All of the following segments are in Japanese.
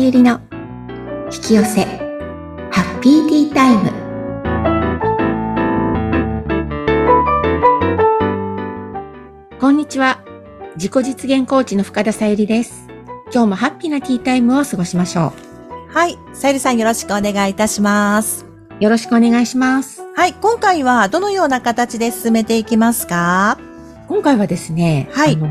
ゆりの引き寄せハッピーティータイムこんにちは自己実現コーチの深田さゆりです今日もハッピーなティータイムを過ごしましょはい。さゆりさんよろしくお願いいたします。うよろしくお願いしますはい。今回はどのような形で進めていきますか今回はですねはいあの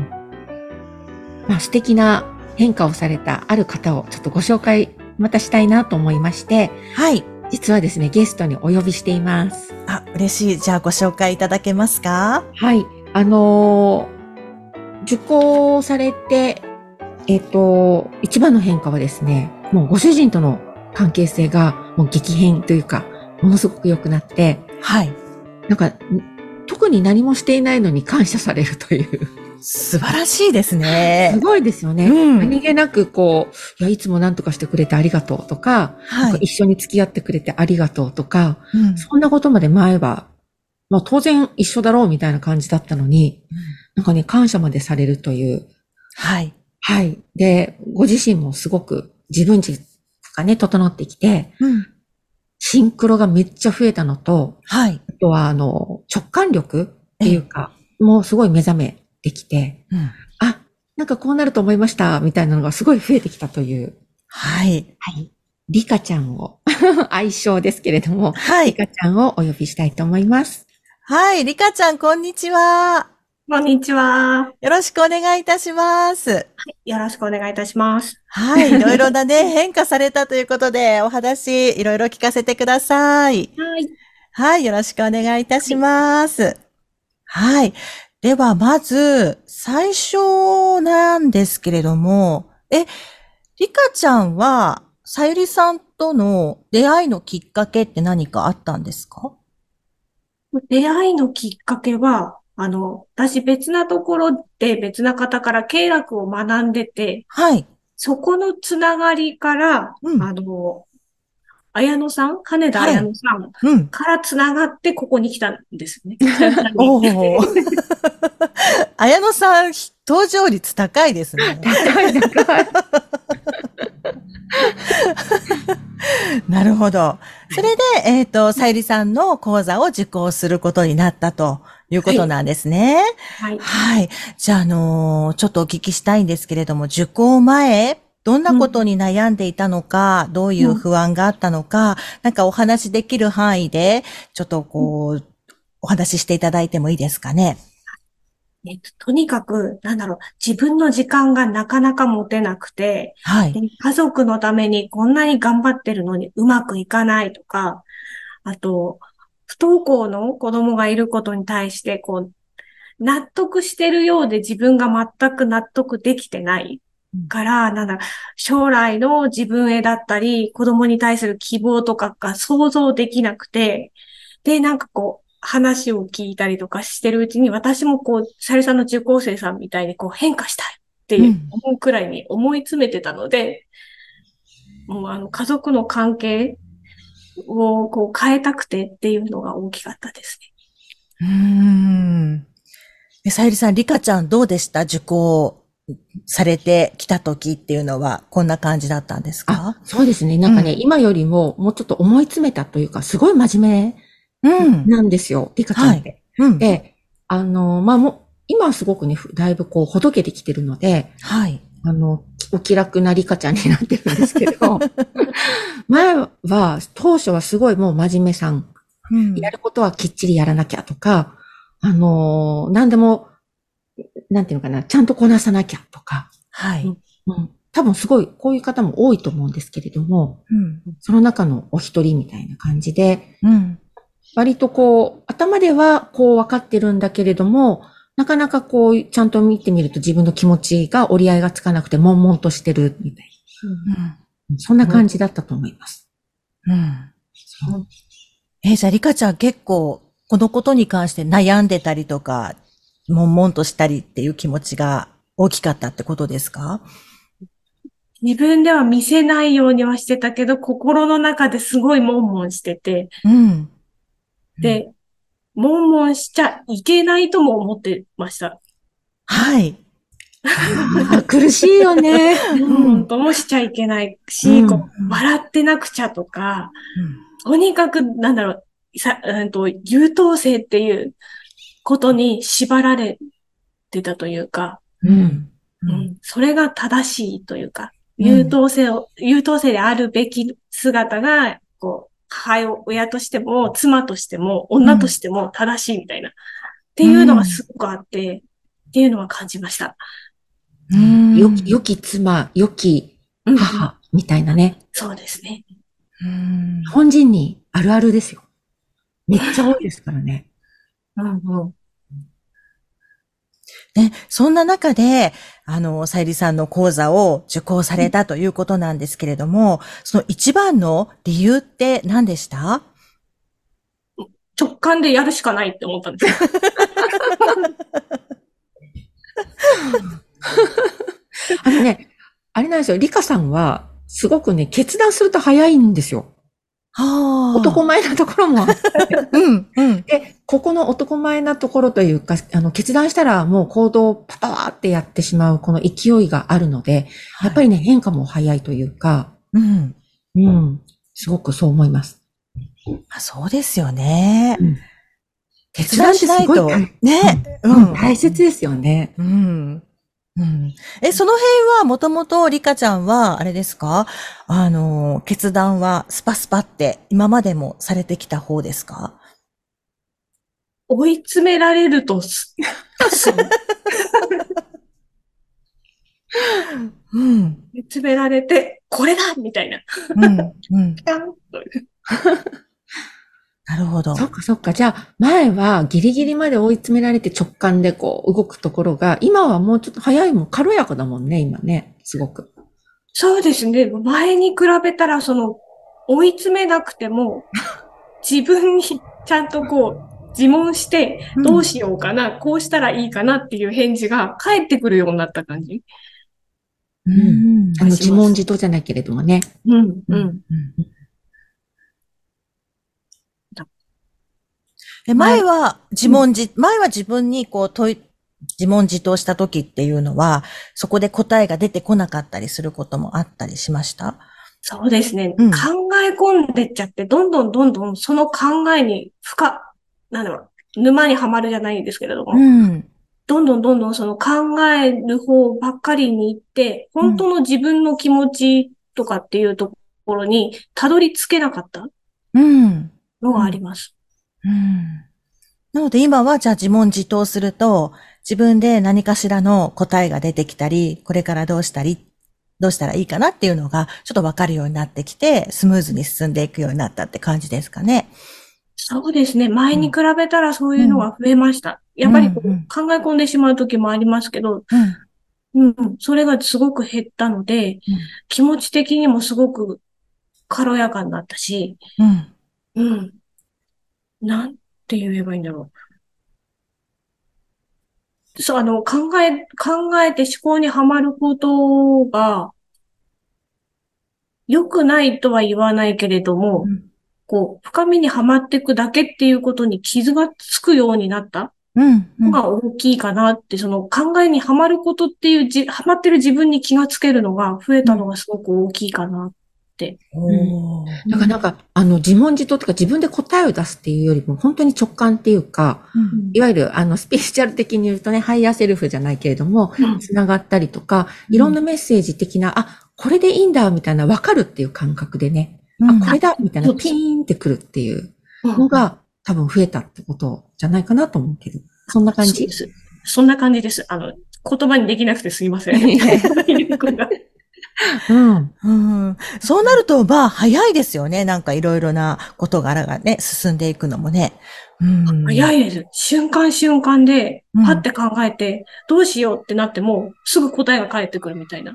まあ、素敵な変化をされたある方をちょっとご紹介またしたいなと思いましてはい。実はですねゲストにお呼びしていますあ、嬉しい。じゃあご紹介いただけますかはい。あのー受講されて、えっと、一番の変化はですね、もうご主人との関係性がもう激変というか、ものすごく良くなって、はい。なんか、ん特に何もしていないのに感謝されるという。素晴らしいですすね。ごいですよね。ん。何気なくこう、いや、いつも何とかしてくれてありがとうとか、は一い。緒に付き合ってくれてありがとうとか、うんそんなことまで前は、まあ当然一緒だろうみたいな感じだったのに、なんかね、感謝までされるという。はい。はい。で、ご自身もすごく自分自身がね、整ってきて、うん。シンクロがめっちゃ増えたのと、はい。あとはあの、直感力っていうか、もうすごい目覚めてきて、うんあ、なんかこうなると思いました、みたいなのがすごい増えてきたという。はい。はい。リカちゃんを、 愛称ですけれども、はリい。カちゃんをお呼びしたいと思い ます。はい。リカちゃん、こんにちは。こんにちは。よろしくお願いいたします。よろしくお願いいたします。はい。いろいろなね、 変化されたということで、お話、いろいろ聞かせてください。はい。はい、よろしくお願いいたします。はい。では、まず、最初なんですけれども、え、リカちゃんは、さゆりさんとの出会いのきっかけって何かあったんですか出会いのきっかけは、あの、私別なところで別な方から経絡を学んでて、はい。そこのつながりから、うんあの、綾野さん、金田綾乃さんうん。からつながってここに来たんですよね。さゆりさんに おお。 綾野さん、登場率高いですね。高い高い。 なるほど。それで、えっ、と、さゆりさんの講座を受講することになったということなんですね。はい。はい。じゃあ、あのーちょっとお聞きしたいんですけれども、受講前、どんなことに悩んでいたのか、どういう不安があったのか、なんかお話しできる範囲で、ちょっとこう、お話ししていただいてもいいですかね。えっと、とにかく、なんだろう、自分の時間がなかなか持てなくて、はい。で家族のためにこんなに頑張ってるのにうまくいかないとか、あと、不登校の子供がいることに対して、こう、納得してるようで自分が全く納得できてないから、なんだろう、将来の自分へだったり、子供に対する希望とかが想像できなくて、で、なんかこう、話を聞いたりとかしてるうちに、私もこう、さゆりさんの受講生さんみたいにこう変化したいってうん思うくらいに思い詰めてたので、もうあの、家族の関係をこう変えたくてっていうのが大きかったですね。うーん。でさゆりさん、りかちゃんどうでした受講されてきた時っていうのは、こんな感じだったんですかそうですね。なんかね、うん今よりももうちょっと思い詰めたというか、すごい真面うん目。なんですよ、リカちゃんって。うん。で、あの、まあ、もう、今はすごくね、ふだいぶこう、ほどけてきてるので、はい。あの、お気楽なリカちゃんになってるんですけ ど、前は、当初はすごいもう真面目さん、うんやることはきっちりやらなきゃとか、あの、何でも、なんていうのかな、ちゃんとこなさなきゃとか、はい。うん、多分すごい、こういう方も多いと思うんですけれども、うん。その中のお一人みたいな感じで、うん。割とこう、頭ではこう分かってるんだけれども、なかなかこう、ちゃんと見てみると自分の気持ちが折り合いがつかなくて、悶々としてるみたいな。そんな感じだったと思います。うん。そうえーじゃあ、リカちゃん結構、このことに関して悩んでたりとか、悶々としたりっていう気持ちが大きかったってことですか自分では見せないようにはしてたけど、心の中ですごい悶々してて、うん。うん、で、悶々しちゃいけないとも思ってました。はい。あ苦しいよね。本当もしちゃいけないし、うんこう笑ってなくちゃとか、とにかく、なんだろう、さ、うんと、優等生っていうことに縛られてたというか、 うん。うんうんそれが正しいというか、うん優等生を、優等生であるべき姿が、こう、母親としても、妻としても、女としても正しいみたいな、っていうのがすごくあって、っていうのは感じました。うんよき、良き妻、良きうん母、みたいなね。そうですね。うん日本人にあるあるですよ。めっちゃ多いですからね。うんうん。ね、そんな中で、あの、さゆりさんの講座を受講されたということなんですけれども、その一番の理由って何でした直感でやるしかないって思ったんですよ。 あのね、あれなんですよ。リカさんは、すごくね、決断すると早いんですよ。は男前なところもあってうん、うん。で、 ここの男前なところというか、あの、決断したらもう行動をパパワーってやってしまう、この勢いがあるので、やっぱりね、変化も早いというか、うん。うん、すごくそう思います。あそうですよね。うん決断しないと。決断ってね。すごいうん大切ですよね。うん。うん。え、その辺は、もともと、リカちゃんは、あれですかあの、決断は、スパスパって、今までもされてきた方ですか追い詰められると す、す追うん。い詰められて、これだみたいな。うん。うん。というなるほど。そっかそっか。じゃあ、前はギリギリまで追い詰められて直感でこう動くところが、今はもうちょっと早いもん、軽やかだもんね、今ね。すごく。そうですね。前に比べたら、その、追い詰めなくても、自分にちゃんとこう、自問して、うんどうしようかな、こうしたらいいかなっていう返事が返ってくるようになった感じ。うんん。あの、自問自答じゃないけれどもね。うん、うん。え前は自問自、前は自分にこう問い、自問自答した時っていうのは、そこで答えが出てこなかったりすることもあったりしましたそうですね。うん考え込んでっちゃって、どんどんどんどんその考えに深、なんだろう、沼にはまるじゃないんですけれども、ん。どんどんどんどんその考える方ばっかりに行って、本当の自分の気持ちとかっていうところにたどり着けなかったうん。のがあります。うんなので今はじゃあ自問自答すると、自分で何かしらの答えが出てきたり、これからどうしたり、どうしたらいいかなっていうのが、ちょっとわかるようになってきて、スムーズに進んでいくようになったって感じですかね。そうですね。前に比べたらそういうのが増えました。やっぱりこううんうん考え込んでしまう時もありますけど、うん。うんうん、それがすごく減ったので、気持ち的にもすごく軽やかになったし、うん。うん。なんて言えばいいんだろう。そう、あの、考え、考えて思考にはまることが、良くないとは言わないけれども、うんこう、深みにはまっていくだけっていうことに傷がつくようになったうん。のが大きいかなって、その考えにはまることっていうじ、はまってる自分に気がつけるのが増えたのがすごく大きいかな。おーだからなんか、あの、自問自答とか自分で答えを出すっていうよりも、本当に直感っていうか、いわゆる、あの、スピリチュアル的に言うとね、ハイヤーセルフじゃないけれども、うんつながったりとか、いろんなメッセージ的な、あ、これでいいんだ、みたいな、わかるっていう感覚でね、うんあ、これだ、みたいそな、うピーンってくるっていううんのが、多分増えたってことじゃないかなと思うけど、そんな感そうじです。そんな感じです。あの、言葉にできなくてすいません。いやいうん。うんそうなると、まあ、早いですよね。なんかいろいろな事柄がね、進んでいくのもね。うん早 いです。瞬間瞬間でう、んパって考えて、どうしようってなっても、すぐ答えが返ってくるみたいな。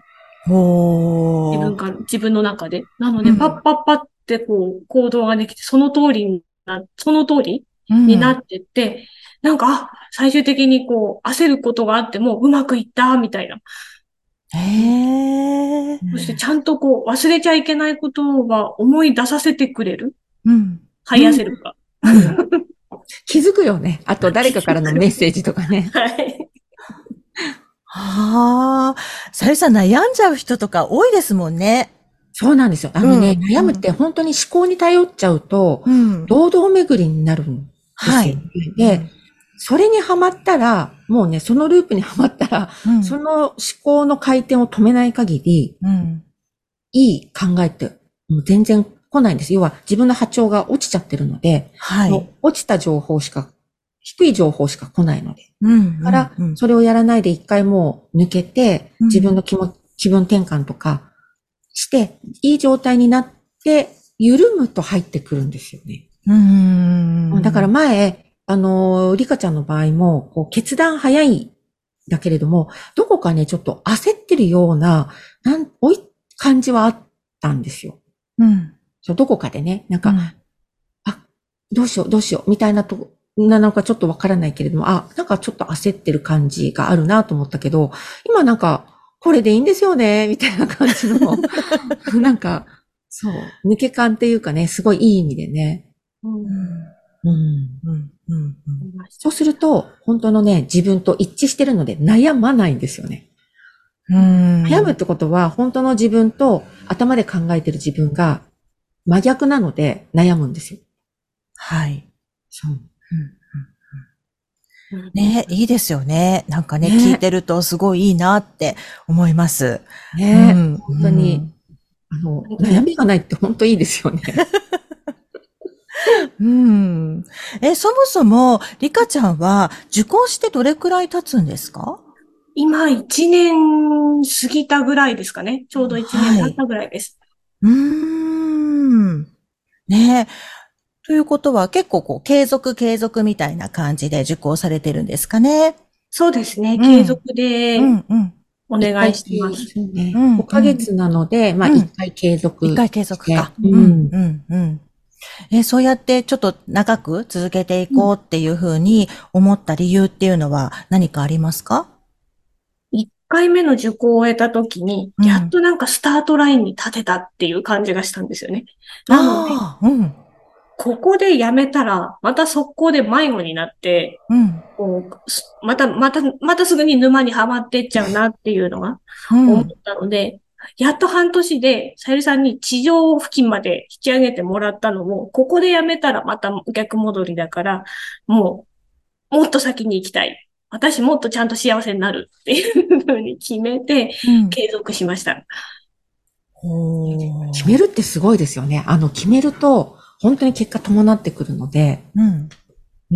お自ー分から、自分の中で。なので、うんパッパッパってこう、行動ができて、その通りにな、その通りうんになってって、なんか、あ最終的にこう、焦ることがあっても、うまくいった、みたいな。へえ。そして、ちゃんとこう、忘れちゃいけないことは思い出させてくれる。うん。ハイアセルフが。 気づくよね。あと、誰かからのメッセージとかね。はい。はさゆりさん悩んじゃう人とか多いですもんね。そうなんですよ。あのね、うん悩むって本当に思考に頼っちゃうと、うん。堂々巡りになるんですよ、はね。い。で、それにはまったら、もうね、そのループにはまったら、うん、その思考の回転を止めない限り、うん。いい考えって、もう全然来ないんです。要は自分の波長が落ちちゃってるので、はもい。う落ちた情報しか、低い情報しか来ないので。うん。だからうん、それをやらないで一回もう抜けて、うん自分の気も気分転換とかして、いい状態になって、緩むと入ってくるんですよね。うん。だから、前、あのー、リカちゃんの場合も、こう、決断早いだけれども、どこかね、ちょっと焦ってるような、なん、おい、感じはあったんですよ。うん。そうどこかでね、なんか、うんどうしよう、どうしよう、みたいなと、なのかちょっとわからないけれども、あ、なんかちょっと焦ってる感じがあるなと思ったけど、今なんか、これでいいんですよね、みたいな感じの、 なんか、そう、抜け感っていうかね、すごいいい意味でね。うんうあうん。ん。うん。うん。うんりましたそうすると、本当のね、自分と一致してるので悩まないんですよね。うん。悩むってことは、本当の自分と頭で考えてる自分が真逆なので悩むんですよ。はい。そう。うんね、いいですよね。なんかね、ね聞いてるとすごいいいなって思います。ね、うん本当に。あの、悩みがないって本当いいですよね。うん。うんえ、そもそも、リカちゃんは受講してどれくらい経つんですか今、一年過ぎたぐらいですかね。ちょうど一年経ったぐらいです。うーん。ねということは結構こう、継続継続みたいな感じで受講されてるんですかね。そうですね。ん継続でうんうん。お願いしてます。そうねうん5ヶ月なので、まあうん1回継続。一回継続か。ねううんん、うん、うん。え、そうやってちょっと長く続けていこうっていうふうに思った理由っていうのは何かありますか一回目の受講を終えた時にう、んやっとなんかスタートラインに立てたっていう感じがしたんですよね。なので、ああ、うん、ここでやめたら、また速攻で迷子になって、うん、こうすまた、また、またすぐに沼にはまってっちゃうなっていうのがう思っん。たので、やっと半年で、さゆりさんに地上付近まで引き上げてもらったのも、ここでやめたらまた逆戻りだから、もう、もっと先に行きたい。私もっとちゃんと幸せになるっていうふうに決めて、うん継続しました。ほ決ーめるってすごいですよね。あの、決めると、本当に結果伴ってくるので、うん。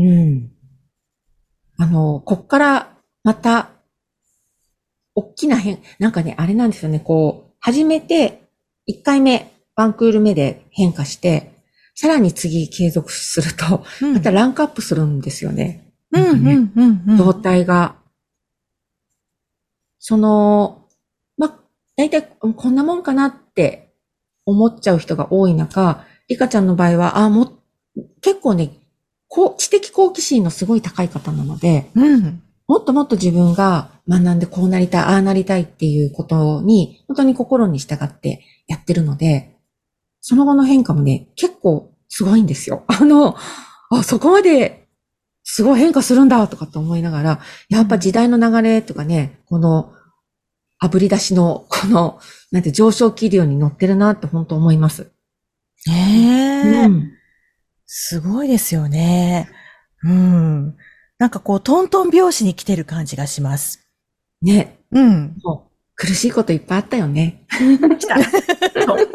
うん。あの、こっから、また、大きな変、なんかね、あれなんですよね、こう、初めて、1回目、ワンクール目で変化して、さらに次継続すると、うんまたランクアップするんですよね。うん、うん、うん、うん。状態が、その、まあ、大体うんこんなもんかなって思っちゃう人が多い中、リカちゃんの場合は、あ、もう、結構ね、こう、知的好奇心のすごい高い方なので、うん。もっともっと自分が学んでこうなりたい、ああなりたいっていうことに、本当に心に従ってやってるので、その後の変化もね、結構すごいんですよ。 あの、あ、そこまですごい変化するんだとかって思いながら、やっぱ時代の流れとかね、この、炙り出しの、この、なんて上昇気流に乗ってるなって本当思います。ねえ。ん。すごいですよね。うん。なんかこう、トントン拍子に来てる感じがします。ね、うん。もう苦しいこといっぱいあったよね。したそう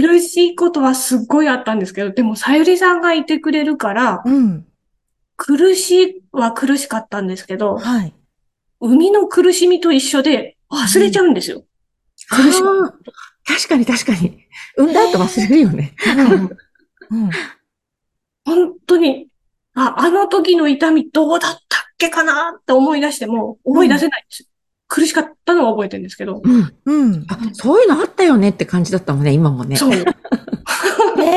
苦しいことはすっごいあったんですけど、でもさゆりさんがいてくれるから、うん。苦しいは苦しかったんですけど、はい。生みの苦しみと一緒で忘れちゃうんですよ。苦しいあー確かに確かに。産んだ後忘れるよね。うん。本当に、あ、あの時の痛みどうだったっけかなって思い出しても思い出せないんですよ。苦しかったのは覚えてるんですけど。うん。うん。あ、そういうのあったよねって感じだったもんね、今もね。そう。あれ、ね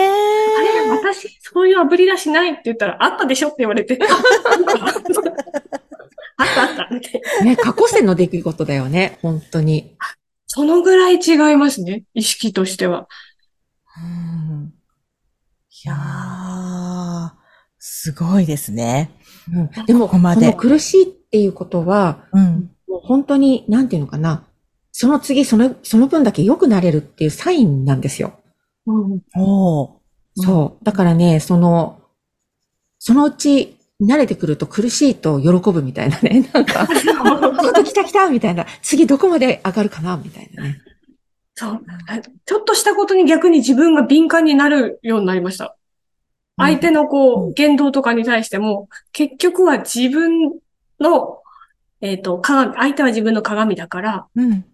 え。私、そういう炙り出しないって言ったら、あったでしょって言われて。 あったあったって。ね、過去世の出来事だよね、本当に。そのぐらい違いますね。意識としては。うんいやー、すごいですね。でも、ここまでの苦しいっていうことは、うん。もう本当に、なんていうのかな、その次、その、その分だけ良くなれるっていうサインなんですよ。うん。おーそう。だからね、その、そのうち慣れてくると苦しいと喜ぶみたいな ね。なんか、来た来た来たみたいな。次どこまで上がるかなみたいなね。そう。あちょっとしたことに逆に自分が敏感になるようになりました。相手のこうんう、言動とかに対しても、結局は自分の、えっ、と、鏡、相手は自分の鏡だから、うん。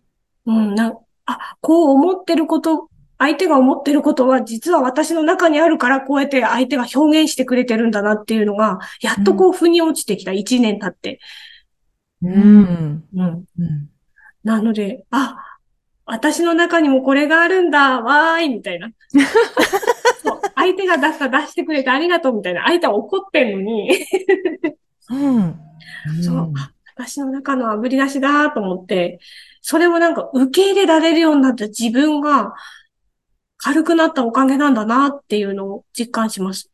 うん、な、あ、こう思ってること、相手が思ってることは、実は私の中にあるから、こうやって相手が表現してくれてるんだなっていうのが、やっとこう、腑に落ちてきた、一年経って。うんん。ううん。ん。なので、あ、私の中にもこれがあるんだ、わーい、みたいな。そう相手が出した、出してくれてありがとう、みたいな。相手は怒ってんのに、うん。そう私の中の炙り出しだ、と思って、それもなんか受け入れられるようになった自分が軽くなったおかげなんだな、っていうのを実感します。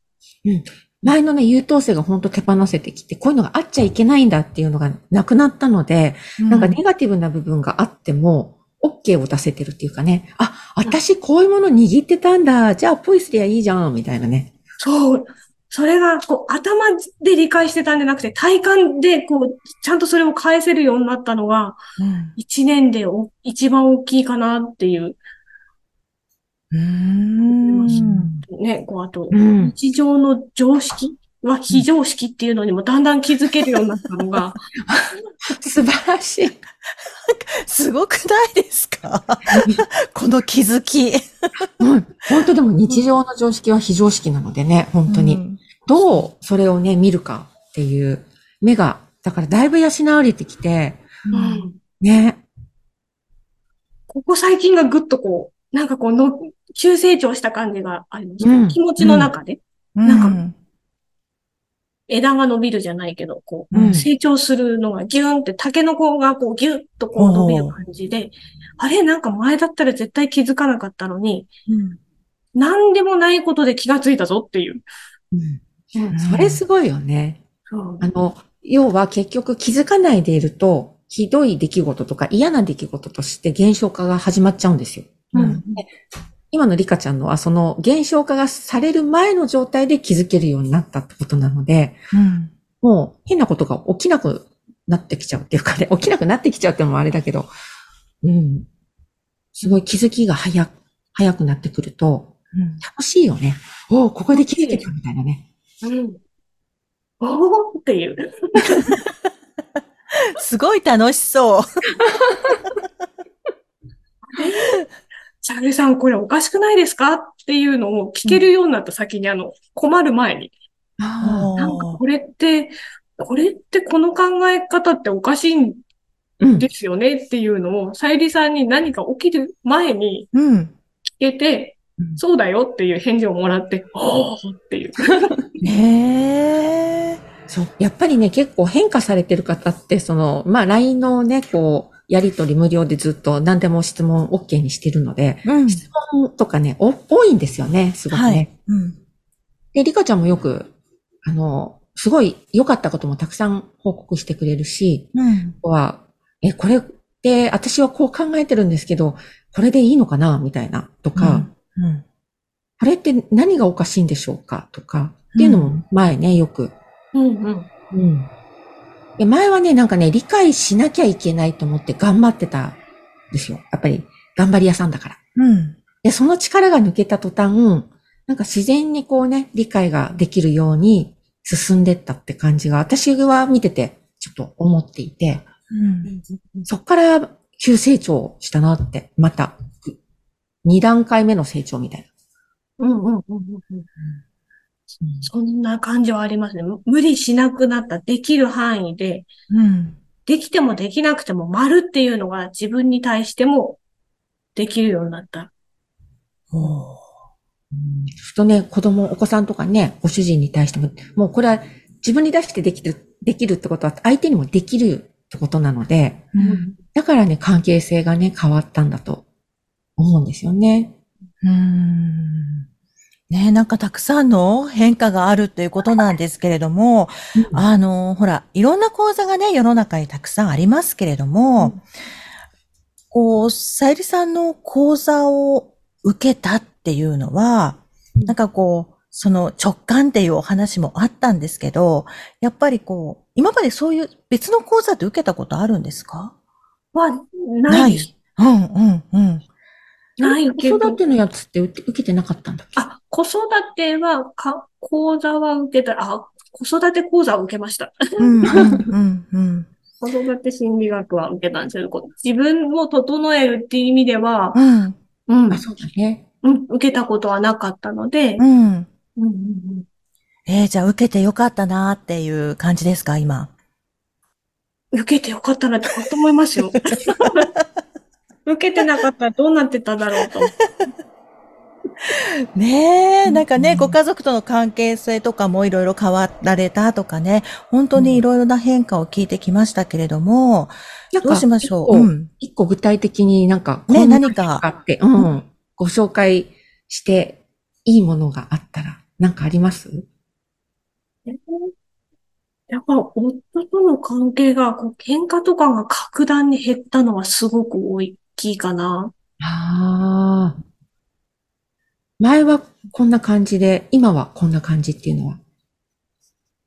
前のね、優等生が本当手放せてきて、こういうのがあっちゃいけないんだっていうのがなくなったので、なんかネガティブな部分があっても、OK を出せてるっていうかね。あ、私こういうもの握ってたんだ。じゃあポイすりゃいいじゃん。みたいなね。そう。それが、こう、頭で理解してたんじゃなくて、体感で、こう、ちゃんとそれを返せるようになったのが、うん。一年でお一番大きいかなっていう、うん。ね、こう、あと、ん。日常の常識は非常識っていうのにもだんだん気づけるようになったのが、 素晴らしい。すごくないです かこの気づき。うん。本当でも日常の常識は非常識なのでね、本当に。うん。どうそれをね、見るかっていう目が、だからだいぶ養われてきて、 うんね。ここ最近がぐっとこう、なんかこうの、急成長した感じがあります。うん気持ちの中で、なんか、枝が伸びるじゃないけど、こう、うん成長するのがギューンって、タケノコがこうギュッとこう伸びる感じで、あれ、なんか前だったら絶対気づかなかったのに、何でもないことで気がついたぞっていう。それすごいよね。そうあの、要は結局気づかないでいると、ひどい出来事とか嫌な出来事として現象化が始まっちゃうんですよ。うん今のリカちゃんのはその現象化がされる前の状態で気づけるようになったってことなので、うん。もう変なことが起きなくなってきちゃうっていうかね、起きなくなってきちゃうってのもあれだけど、うん。すごい気づきが早く、早くなってくると、うん楽しいよね。おお、ここで気づけたみたいなね。うん。おーっていう。すごい楽しそう。チャゲさん、これおかしくないですかっていうのを聞けるようになった先に、あの、困る前に。ああなんかこれって、これってこの考え方っておかしいんうん。ですよねっていうのを、さゆりさんに何か起きる前にうん。聞けてう、んそうだよっていう返事をもらって、おーっていう。ねえ。そう。やっぱりね、結構変化されてる方って、その、まあ、LINE のね、こう、やりとり無料でずっと何でも質問 OK にしてるので、うん。質問とかね、お多いんですよね、すごくね。はい。うん。で、リカちゃんもよく、あの、すごい良かったこともたくさん報告してくれるし、うん。ここは、え、これって私はこう考えてるんですけど、これでいいのかなみたいな、とか、うん。これって何がおかしいんでしょうかとか、っていうのも前ね、よく。うんうん。うん。で前はね、なんかね、理解しなきゃいけないと思って頑張ってたんですよ。やっぱり、頑張り屋さんだから。うん。で、その力が抜けた途端、なんか自然にこうね、理解ができるように進んでったって感じが、私は見てて、ちょっと思っていて、うん。そっから急成長したなって、また、2段階目の成長みたいな。うんうんうんうんうん。そんな感じはありますね。無理しなくなった。できる範囲で、うん。できてもできなくても丸っていうのが自分に対してもできるようになった。おーふとね、子供、お子さんとかね、ご主人に対しても、もうこれは自分に出してできる、できるってことは相手にもできるってことなので、うん。だからね、関係性がね、変わったんだと思うんですよね。うん。ねえ、なんかたくさんの変化があるということなんですけれども、あの、ほら、いろんな講座がね、世の中にたくさんありますけれども、こう、さゆりさんの講座を受けたっていうのは、うんなんかこう、その直感っていうお話もあったんですけど、やっぱりこう、今までそういう別の講座って受けたことあるんですかは、ないです。うん、うん、うん。ないけ子ど。育てのやつって受け受けてなかったんだっけあ、子育ては、か、講座は受けたら、あ、子育て講座を受けました。 うん、うん、うん。子育て心理学は受けたんですけど、こう自分を整えるっていう意味では、うん、うんあ、、そうだね。うん、受けたことはなかったので、うん。うんうんうんえー、じゃあ受けてよかったなーっていう感じですか、今。受けてよかったなって本当思います よ。受けてなかったらどうなってただろうと。ねえ、なんかうね、んご家族との関係性とかもいろいろ変わられたとかね、本当にいろいろな変化を聞いてきましたけれども、なんかどうしまし結ょう構うん。一個具体的になんか、ねこんな何かのがあって、うん。ご紹介していいものがあったら、なんかありますやっぱ夫との関係が、こう、喧嘩とかが格段に減ったのはすごく大きいかな。ああ。前はこんな感じで、今はこんな感じっていうのは。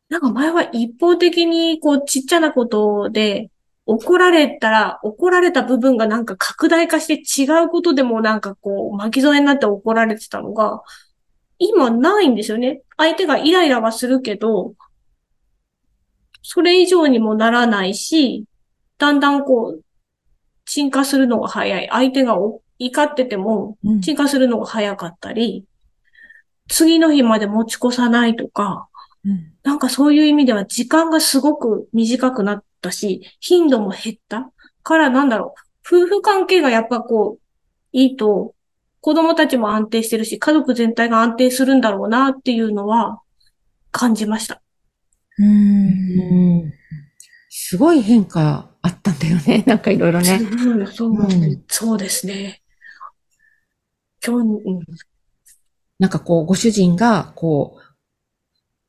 なんか前は一方的に、こう、ちっちゃなことで、怒られたら、怒られた部分がなんか拡大化して違うことでもなんかこう、巻き添えになって怒られてたのが、今ないんですよね。相手がイライラはするけど、それ以上にもならないし、だんだんこう、沈下するのが早い。相手がお怒ってても、うん沈下するのが早かったり、次の日まで持ち越さないとか、うんなんかそういう意味では時間がすごく短くなったし、頻度も減ったからなんだろう。夫婦関係がやっぱこう、いいと、子供たちも安定してるし、家族全体が安定するんだろうなっていうのは感じました。うんすごい変化あったんだよね。なんかいろいろね。うんそううんそうですね。今日、うんなんかこう、ご主人が、こう、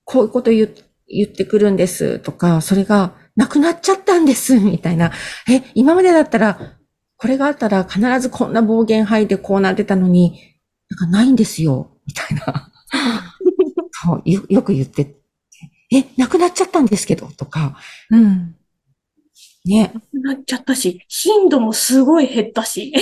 こういうこと言う言ってくるんですとか、それがなくなっちゃったんです、みたいな。え、今までだったら、これがあったら必ずこんな暴言吐いてこうなってたのに、なんかないんですよ、みたい な。そうよ、よく言って、え、なくなっちゃったんですけど、とか、うん。ね。なっちゃったし、頻度もすごい減ったし。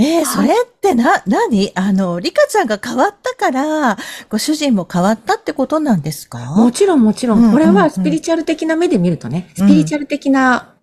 えー、それってな、何あの、リカちゃんが変わったから、ご主人も変わったってことなんですかもちろんもちろ、うんうんうんんこれはスピリチュアル的な目で見るとね、スピリチュアル的な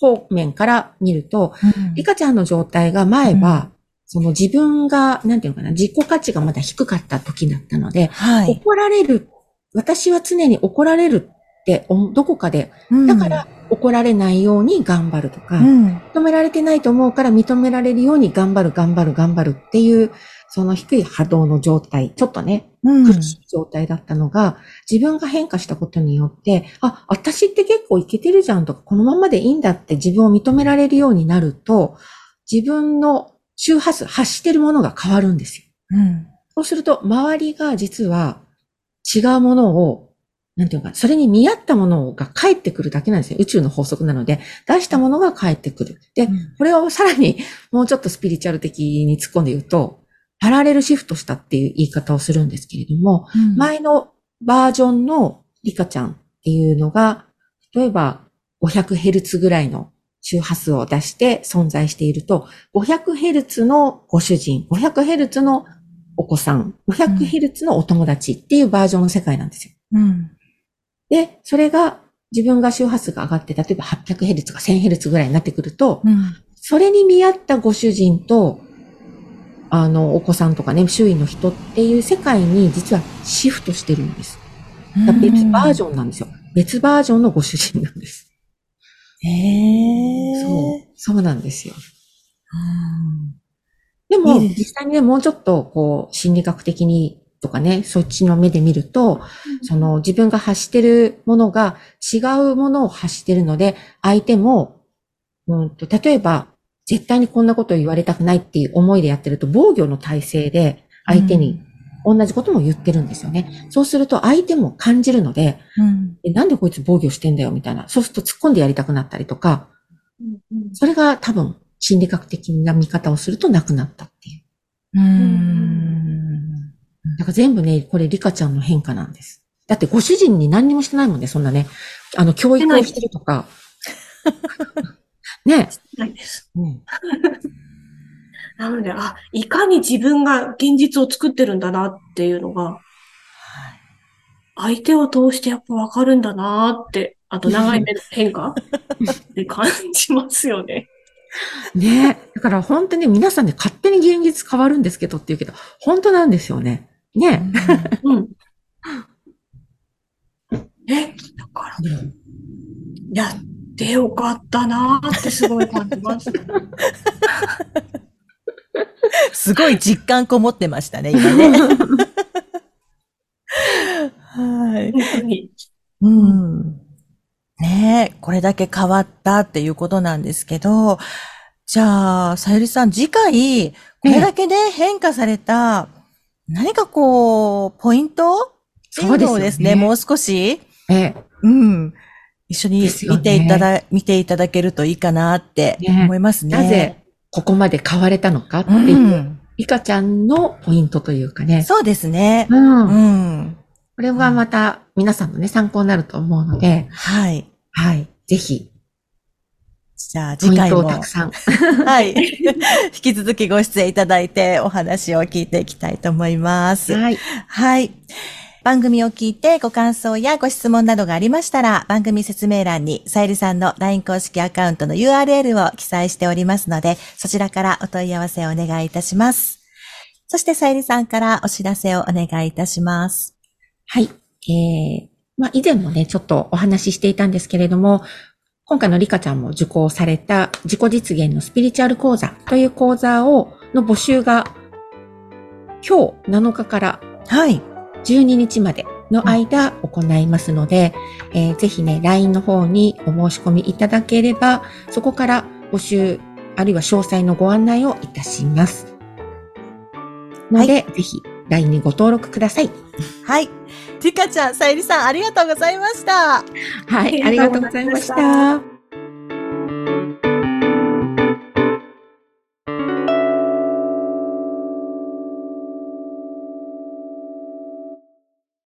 方面から見ると、うんリカちゃんの状態が前は、その自分が、なんていうのかな、自己価値がまだ低かった時だったので、はい。怒られる、私は常に怒られるって、おどこかで、だから怒られないように頑張るとか、うん、うん。認められてないと思うから認められるように頑張る、頑張る、頑張るっていう、その低い波動の状態、ちょっとね、うん。苦しい状態だったのが、自分が変化したことによって、あ、私って結構いけてるじゃんとか、このままでいいんだって自分を認められるようになると、自分の周波数、発してるものが変わるんですよ。うん。そうすると、周りが実は違うものを、なんていうのか、それに見合ったものが返ってくるだけなんですよ。宇宙の法則なので、出したものが返ってくる。で、これをさらにもうちょっとスピリチュアル的に突っ込んで言うと、パラレルシフトしたっていう言い方をするんですけれども、うん、前のバージョンのリカちゃんっていうのが、例えば 500Hz ぐらいの周波数を出して存在していると、500Hz のご主人、500Hz のお子さん、500Hz のお友達っていうバージョンの世界なんですよ。うん。で、それが自分が周波数が上がって、例えば 800Hz とか 1000Hz ぐらいになってくると、うん。それに見合ったご主人と、あの、お子さんとかね、周囲の人っていう世界に実はシフトしてるんです。だから別バージョンなんですよ。別バージョンのご主人なんです。へえ。そう。そうなんですよ。うでん。も、いいです実際にね、もうちょっと、こう、心理学的にとかね、そっちの目で見ると、その自分が発してるものが違うものを発してるので、相手も、うんと、例えば、絶対にこんなことを言われたくないっていう思いでやってると、防御の体制で相手に同じことも言ってるんですよね。そうすると相手も感じるので、うん。えなんでこいつ防御してんだよみたいな。そうすると突っ込んでやりたくなったりとか、うんうんそれが多分心理学的な見方をするとなくなったっていう。うん。だから全部ね、これリカちゃんの変化なんです。だってご主人に何にもしてないもんね、そんなね。あの、教育をしてると か。ね ないです。え。うんなので、あ、いかに自分が現実を作ってるんだなっていうのが、相手を通してやっぱわかるんだなって、あと長い目の変化って感じますよね。ねえ。だから本当に皆さんね、勝手に現実変わるんですけどって言うけど、本当なんですよね。ねうん。え、だから、え。やってよかったなってすごい感じます。すごい実感こもってましたね、今ね。はい。本当に。うん。ねえ、これだけ変わったっていうことなんですけど、じゃあ、さゆりさん、次回、これだけね、変化された、何かこう、ポイントっ ていそううですのよをねですね、もう少し、えうん。一緒にですよね見ていただ、見ていただけるといいかなってね思いますえ、ね。なぜここまで変われたのかってういう、ん。リカちゃんのポイントというかね。そうですね。うんうん。これはまた皆さんのね、参考になると思うので、はい。はい。ぜひ、じゃポあイ次ン回トをもた、くさん。はい。 引き続きご出演いただいてお話を聞いていきたいと思います。はい。はい。番組を聞いてご感想やご質問などがありましたら、番組説明欄にさゆりさんの LINE 公式アカウントの URL を記載しておりますので、そちらからお問い合わせをお願いいたします。そしてさゆりさんからお知らせをお願いいたします。はい。えー、まあ以前もね、ちょっとお話ししていたんですけれども、今回のリカちゃんも受講された自己実現のスピリチュアル講座という講座を、の募集が今日7日からはい。 12日までの間行いますので、えーぜひね、LINE の方にお申し込みいただければ、そこから募集、あるいは詳細のご案内をいたします。ので、ぜひ LINE にご登録ください。はい。リカちゃん、さゆりさん、ありがとうございました。はい、ありがとうございました。